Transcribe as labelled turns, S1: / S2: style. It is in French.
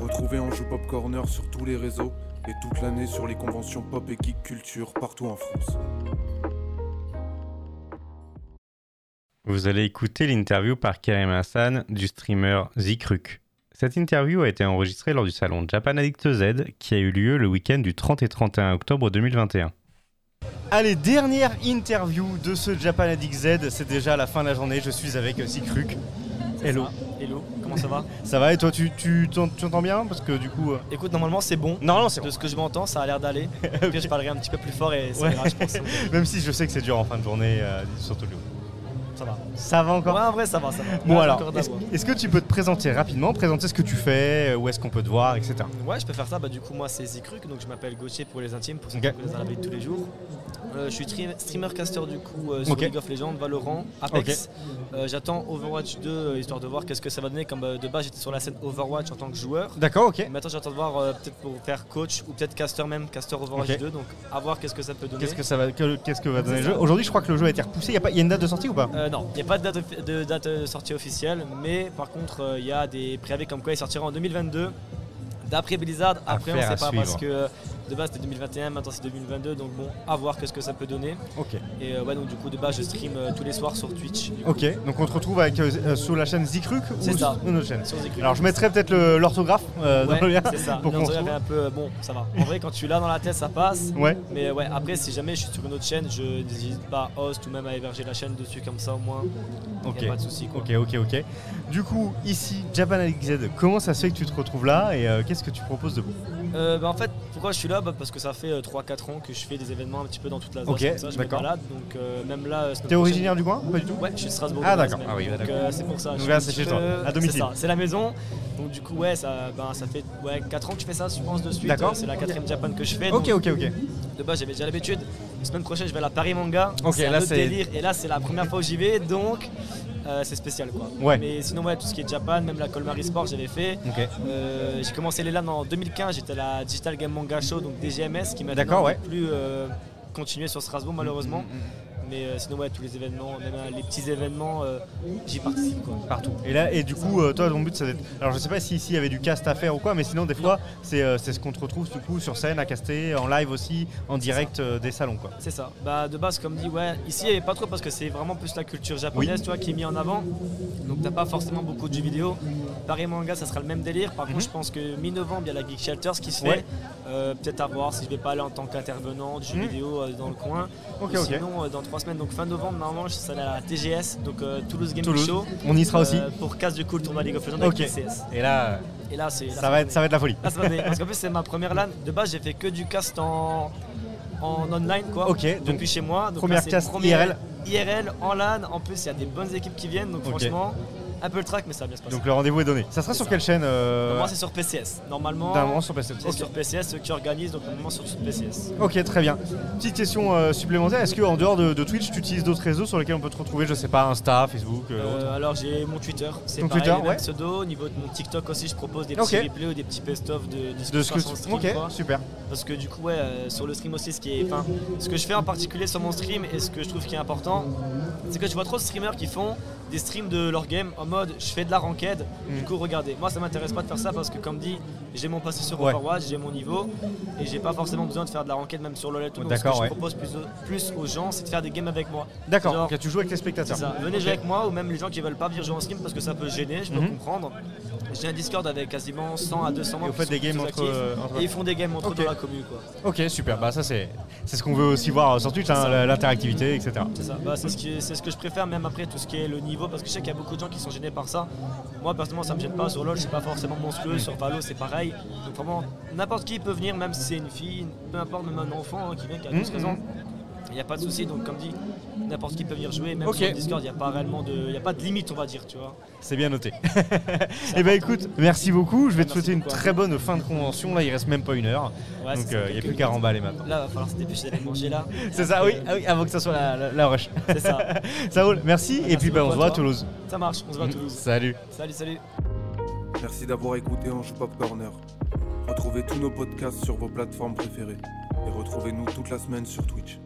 S1: Retrouvez Anjou Pop Corner sur tous les réseaux et toute l'année sur les conventions pop et geek culture partout en France.
S2: Vous allez écouter l'interview par Karim Hassan du streamer Zikruk. Cette interview a été enregistrée lors du salon Japan Addict Z qui a eu lieu le week-end du 30 et 31 octobre 2021.
S3: Allez, dernière interview de ce Japan Addict Z. C'est déjà la fin de la journée. Je suis avec Zikruk. Hello.
S4: Ça. Ah, Hello, comment ça va
S3: Ça va et toi, tu tu t'en- tu entends bien Parce que du coup. euh,
S4: Écoute, normalement c'est bon.
S3: Non, non, c'est bon.
S4: De ce que je m'entends, ça a l'air d'aller. Puis je parlerai un petit peu plus fort et ça
S3: Ouais.
S4: ira, je pense.
S3: Même si je sais que c'est dur en fin de journée, euh, surtout le
S4: Ça va.
S3: Ça va encore
S4: Ouais, en vrai, ça va, ça va.
S3: Bon
S4: Là, j'ai
S3: alors,
S4: encore de la
S3: est-ce
S4: voix.
S3: est-ce que tu peux te présenter rapidement, présenter ce que tu fais, euh, où est-ce qu'on peut te voir, etc.
S4: Ouais, je peux faire ça. Bah, du coup, moi, c'est Zikruk, donc je m'appelle Gauthier pour les intimes, pour ceux
S3: Ok.
S4: qui connaissent à la vie de tous les jours. Euh, je suis tri- streamer caster du coup euh, sur
S3: Ok.
S4: League of Legends, Valorant, Apex. Euh, J'attends Overwatch 2 euh, histoire de voir qu'est-ce que ça va donner. Comme euh, de base, j'étais sur la scène Overwatch en tant que joueur.
S3: D'accord, ok.
S4: Maintenant, j'attends de voir euh, peut-être pour faire coach ou peut-être caster même, caster Overwatch
S3: Ok.
S4: 2. Donc, à voir qu'est-ce que ça peut donner.
S3: Qu'est-ce que ça va, que- qu'est-ce que va donner le
S4: C'est
S3: jeu
S4: ça.
S3: Aujourd'hui, je crois que le jeu a été repoussé. Il y, a pas- y a une date de sortie ou pas
S4: Euh, non, il n'y a pas de date, offi- de date, euh, sortie officielle, mais par contre, euh, il y a des préavis comme quoi il sortira en 2022. D'après Blizzard, après on ne
S3: Affaire
S4: sait
S3: à
S4: pas
S3: suivre.
S4: parce que euh, de base c'était 2021, maintenant c'est 2022, donc bon, à voir qu'est-ce que ça peut donner.
S3: Ok.
S4: Et euh, ouais, donc du coup, de base, je stream euh, tous les soirs sur Twitch. du coup.
S3: Ok. Donc on te retrouve avec euh, euh, sur la chaîne Zikruk ou
S4: C'est ça.
S3: sur une autre chaîne.
S4: Sur Zikru.
S3: Alors je mettrai peut-être le- l'orthographe euh,
S4: Ouais,
S3: dans le lien
S4: c'est ça.
S3: pour qu'on se
S4: L'orthographe est
S3: trouve.
S4: un peu euh, bon, ça va. En vrai, quand tu l'as dans la tête, ça passe.
S3: Ouais.
S4: Mais euh, ouais, après, si jamais je suis sur une autre chaîne, je n'hésite pas à host ou même à héberger la chaîne dessus comme ça au moins. Il
S3: Ok.
S4: a pas de souci. quoi.
S3: Ok, ok, ok. Du coup, ici, Japan Alex Z, comment ça se fait que tu te retrouves là et euh, qu'est-ce que tu proposes de vous
S4: Euh, bah, en fait, pourquoi je suis là Bah, Parce que ça fait euh, 3-4 ans que je fais des événements un petit peu dans toute la zone.
S3: Ok,
S4: comme ça, je me
S3: d'accord.
S4: balade, donc euh, même là. euh, semaine
S3: T'es
S4: prochaine-
S3: originaire du coin Pas du tout
S4: Ouais, je suis de Strasbourg.
S3: Ah,
S4: de la
S3: d'accord.
S4: semaine.
S3: Ah oui,
S4: donc
S3: d'accord.
S4: euh, c'est pour ça.
S3: Donc
S4: je
S3: là,
S4: suis
S3: c'est
S4: un petit
S3: chez toi,
S4: peu-
S3: à domicile.
S4: C'est ça, c'est la maison. Donc du coup, ouais, ça, ben, ça fait ouais, 4 ans que je fais ça, je pense, de suite.
S3: D'accord.
S4: Euh, C'est la quatrième Japan que je fais.
S3: Ok,
S4: donc,
S3: ok, ok.
S4: De base, j'avais déjà l'habitude. La semaine prochaine, je vais à la Paris Manga.
S3: Ok,
S4: c'est un
S3: là,
S4: autre
S3: c'est-
S4: délire. Et là, c'est la première fois que j'y vais, donc euh, c'est spécial, quoi.
S3: Ouais.
S4: Mais sinon, ouais, tout ce qui est Japan, même la Colmar Sport, j'avais fait.
S3: Ok.
S4: Euh, j'ai commencé les LAN en 2015, j'étais à la Digital Game Manga Show, donc DGMS, qui m'a
S3: D'accord, ouais. Mm,
S4: plus euh, continué sur Strasbourg malheureusement. Mais euh, sinon, ouais, tous les événements, même euh, les petits événements, euh, j'y participe. Quoi.
S3: Partout. Et là, et du coup, euh, toi, ton but, c'est d'être. Alors, je sais pas si ici il y avait du cast à faire ou quoi, mais sinon, des fois, c'est euh, c'est ce qu'on te retrouve du coup sur scène à caster, en live aussi, en direct euh, des salons, quoi.
S4: C'est ça. Bah, de base, comme dit, ouais, ici, il n'y avait pas trop parce que c'est vraiment plus la culture japonaise tu vois, qui est mise en avant. Donc, t'as pas forcément beaucoup de jeux vidéo. Paris Manga, ça sera le même délire. Par contre, je pense que mi-novembre, il y a la Geek Shelter, ce qui se fait.
S3: Mhm. Ouais.
S4: Euh, Peut-être à voir si je vais pas aller en tant qu'intervenant du jeu
S3: Mhm.
S4: vidéo euh, dans le coin.
S3: Ok,
S4: Et
S3: ok.
S4: Sinon, euh, dans trois semaines, donc fin novembre, normalement, je serai à la TGS, donc euh, Toulouse Game
S3: Toulouse.
S4: Show.
S3: On y sera
S4: euh,
S3: aussi.
S4: pour Casse du coup le tournoi League of Legends
S3: Ok.
S4: avec TCS.
S3: Et là, euh,
S4: Et là, c'est. là,
S3: ça va être, ça va être la folie.
S4: Là, Ah, ça va donner. Parce qu'en plus, c'est ma première LAN. De base, j'ai fait que du cast en, en online, quoi.
S3: Ok, donc,
S4: depuis chez moi. Donc,
S3: première
S4: là, c'est
S3: cast
S4: première IRL en LAN. En plus, il y a des bonnes équipes qui viennent. Donc,
S3: Ok.
S4: franchement, un peu le track, mais ça va bien se passer.
S3: Donc le rendez-vous est donné. Ça sera
S4: C'est
S3: sur
S4: ça.
S3: quelle chaîne euh,
S4: moi, c'est sur PCS. Normalement,
S3: D'un moment sur PlayStation.
S4: c'est sur PCS, ceux qui organisent. Donc, normalement, sur PCS.
S3: Ok, très bien. Petite question euh, supplémentaire. Est-ce que en dehors de, de Twitch, tu utilises d'autres réseaux sur lesquels on peut te retrouver Je sais pas, Insta, Facebook. euh,
S4: Euh,
S3: autre
S4: alors j'ai mon Twitter, c'est
S3: Ton
S4: pareil,
S3: Twitter,
S4: même
S3: ouais.
S4: pseudo. Au niveau de mon TikTok aussi, je propose des
S3: Ok.
S4: petits replays ou des petits best-of de,
S3: de ce que
S4: sur
S3: tu...
S4: stream,
S3: Ok,
S4: quoi.
S3: super.
S4: Parce que du coup, ouais, euh, sur le stream aussi, ce qui est, enfin, ce que je fais en particulier sur mon stream et ce que je trouve qui est important, c'est que je vois trop de streamers qui font des streams de leur game en mode je fais de la ranked. Du
S3: Mm.
S4: coup, regardez, moi ça m'intéresse pas de faire ça parce que comme dit, j'ai mon passé sur
S3: Ouais.
S4: Overwatch, j'ai mon niveau et j'ai pas forcément besoin de faire de la ranked même sur LoL et tout. Donc, ce que
S3: D'accord, ouais.
S4: je propose plus, au- plus aux gens, c'est de faire des games avec moi.
S3: D'accord.
S4: Genre-
S3: Ok, tu joues avec les
S4: C'est
S3: spectateurs.
S4: ça. Venez
S3: Ok.
S4: jouer avec moi ou même les gens qui veulent pas venir jouer en stream parce que ça peut gêner, je peux
S3: Mhm.
S4: comprendre. J'ai un Discord avec quasiment 100 à 200
S3: Et
S4: membres
S3: vous faites
S4: qui sont
S3: des games
S4: très
S3: entre,
S4: actifs.
S3: euh, entre-
S4: et ils font des games entre
S3: Ok.
S4: eux dans la commune quoi.
S3: Ok, super. Bah ça c'est, c'est ce qu'on veut aussi voir euh, sur Twitch, hein, la- l'interactivité, etc.
S4: C'est ça, Bah, c'est ce, qui- c'est ce que je préfère même après tout ce qui est le niveau parce que je sais qu'il y a beaucoup de gens qui sont gênés par ça. Moi personnellement ça me gêne pas, sur LoL c'est pas forcément monstrueux, sur Valo c'est pareil. Donc vraiment n'importe qui peut venir, même si c'est une fille, peu importe, même un enfant hein, qui vient qui a
S3: Mhm,
S4: 12 ans. Il n'y a pas de souci, donc comme dit, n'importe qui peut venir jouer, même
S3: Ok.
S4: sur le Discord, il n'y a pas réellement de. Il n'y a pas de limite on va dire, tu vois.
S3: C'est bien noté. Eh ben écoute, merci beaucoup. Je vais te
S4: Merci
S3: souhaiter une
S4: beaucoup à
S3: très bonne fin de convention. Là, il reste même pas une heure,
S4: Ouais,
S3: donc euh,
S4: c'est ça,
S3: il n'y a plus
S4: quelques
S3: qu'à remballer maintenant.
S4: Là, va falloir se dépêcher d'aller manger là.
S3: C'est ça, oui, ah oui, avant que ça soit la, la- la rush.
S4: C'est ça.
S3: Ça roule. Merci. Et
S4: Merci
S3: puis bah, on
S4: beaucoup
S3: se
S4: à
S3: voit à Mmh.
S4: toi.
S3: Toulouse.
S4: Ça marche, on se voit à Toulouse.
S3: Salut.
S4: Salut, salut.
S1: Merci d'avoir écouté Anjou Pop Corner. Retrouvez tous nos podcasts sur vos plateformes préférées et retrouvez-nous toute la semaine sur Twitch.